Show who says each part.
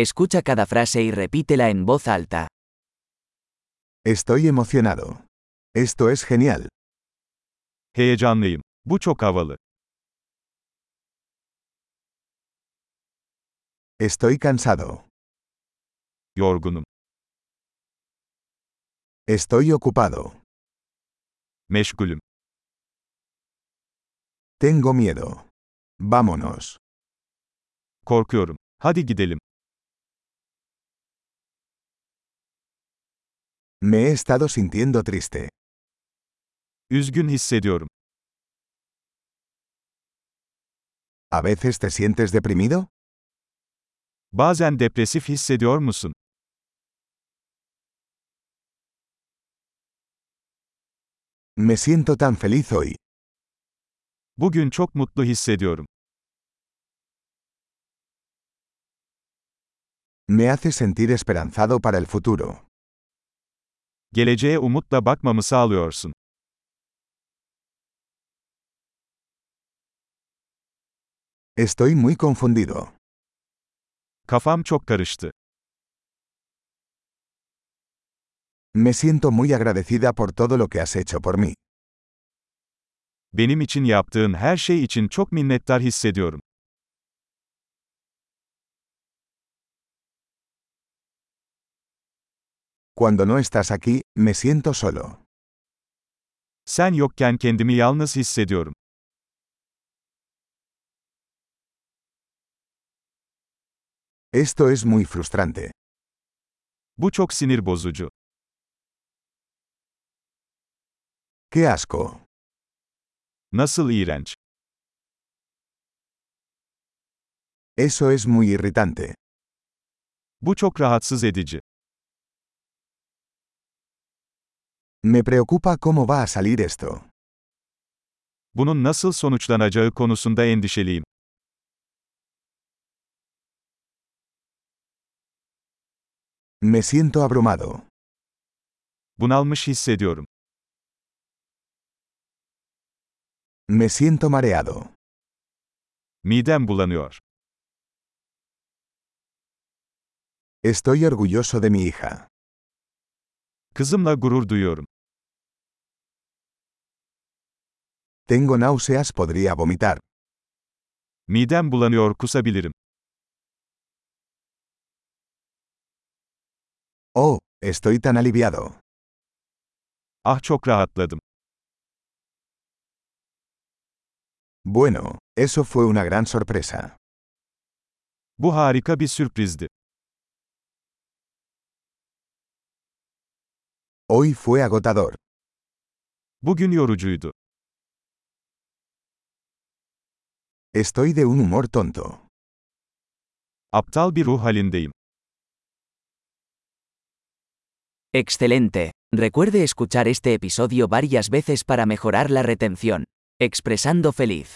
Speaker 1: Escucha cada frase y repítela en voz alta.
Speaker 2: Estoy emocionado. Esto es genial.
Speaker 3: Heyecanlıyım. Bu çok havalı.
Speaker 2: Estoy cansado.
Speaker 3: Yorgunum.
Speaker 2: Estoy ocupado.
Speaker 3: Meşgulüm.
Speaker 2: Tengo miedo. Vámonos.
Speaker 3: Korkuyorum. Hadi gidelim.
Speaker 2: Me he estado sintiendo triste.
Speaker 3: Üzgün hissediyorum.
Speaker 2: ¿A veces te sientes deprimido?
Speaker 3: Bazen depresif hissediyor musun?
Speaker 2: Me siento tan feliz hoy.
Speaker 3: Bugün çok mutlu hissediyorum.
Speaker 2: Me hace sentir esperanzado para el futuro.
Speaker 3: Geleceğe umutla bakmamı sağlıyorsun.
Speaker 2: Estoy muy confundido.
Speaker 3: Kafam çok karıştı.
Speaker 2: Me siento muy agradecida por todo lo que has hecho por mí.
Speaker 3: Benim için yaptığın her şey için çok minnettar hissediyorum.
Speaker 2: Cuando no estás aquí, me siento solo.
Speaker 3: Sen yokken kendimi yalnız hissediyorum.
Speaker 2: Esto es muy frustrante.
Speaker 3: Bu çok sinir bozucu.
Speaker 2: ¡Qué asco!
Speaker 3: Nasıl iğrenç.
Speaker 2: Eso es muy irritante.
Speaker 3: Bu çok rahatsız edici.
Speaker 2: Me preocupa cómo va a salir esto.
Speaker 3: Bunun nasıl sonuçlanacağı konusunda endişeliyim.
Speaker 2: Me siento abrumado.
Speaker 3: Bunalmış hissediyorum.
Speaker 2: Me siento mareado.
Speaker 3: Midem bulanıyor.
Speaker 2: Estoy orgulloso de mi hija.
Speaker 3: Kızımla gurur duyuyorum.
Speaker 2: Tengo náuseas, podría vomitar.
Speaker 3: Midem bulanıyor kusabilirim.
Speaker 2: Oh, estoy tan aliviado.
Speaker 3: Ah çok rahatladım.
Speaker 2: Bueno, eso fue una gran sorpresa.
Speaker 3: Bu harika bir sürprizdi.
Speaker 2: Hoy fue agotador.
Speaker 3: Bugün yorucuydu.
Speaker 2: Estoy de un humor tonto.
Speaker 3: Aptal bir ruh halindeyim.
Speaker 1: Excelente. Recuerde escuchar este episodio varias veces para mejorar la retención. Expresando feliz.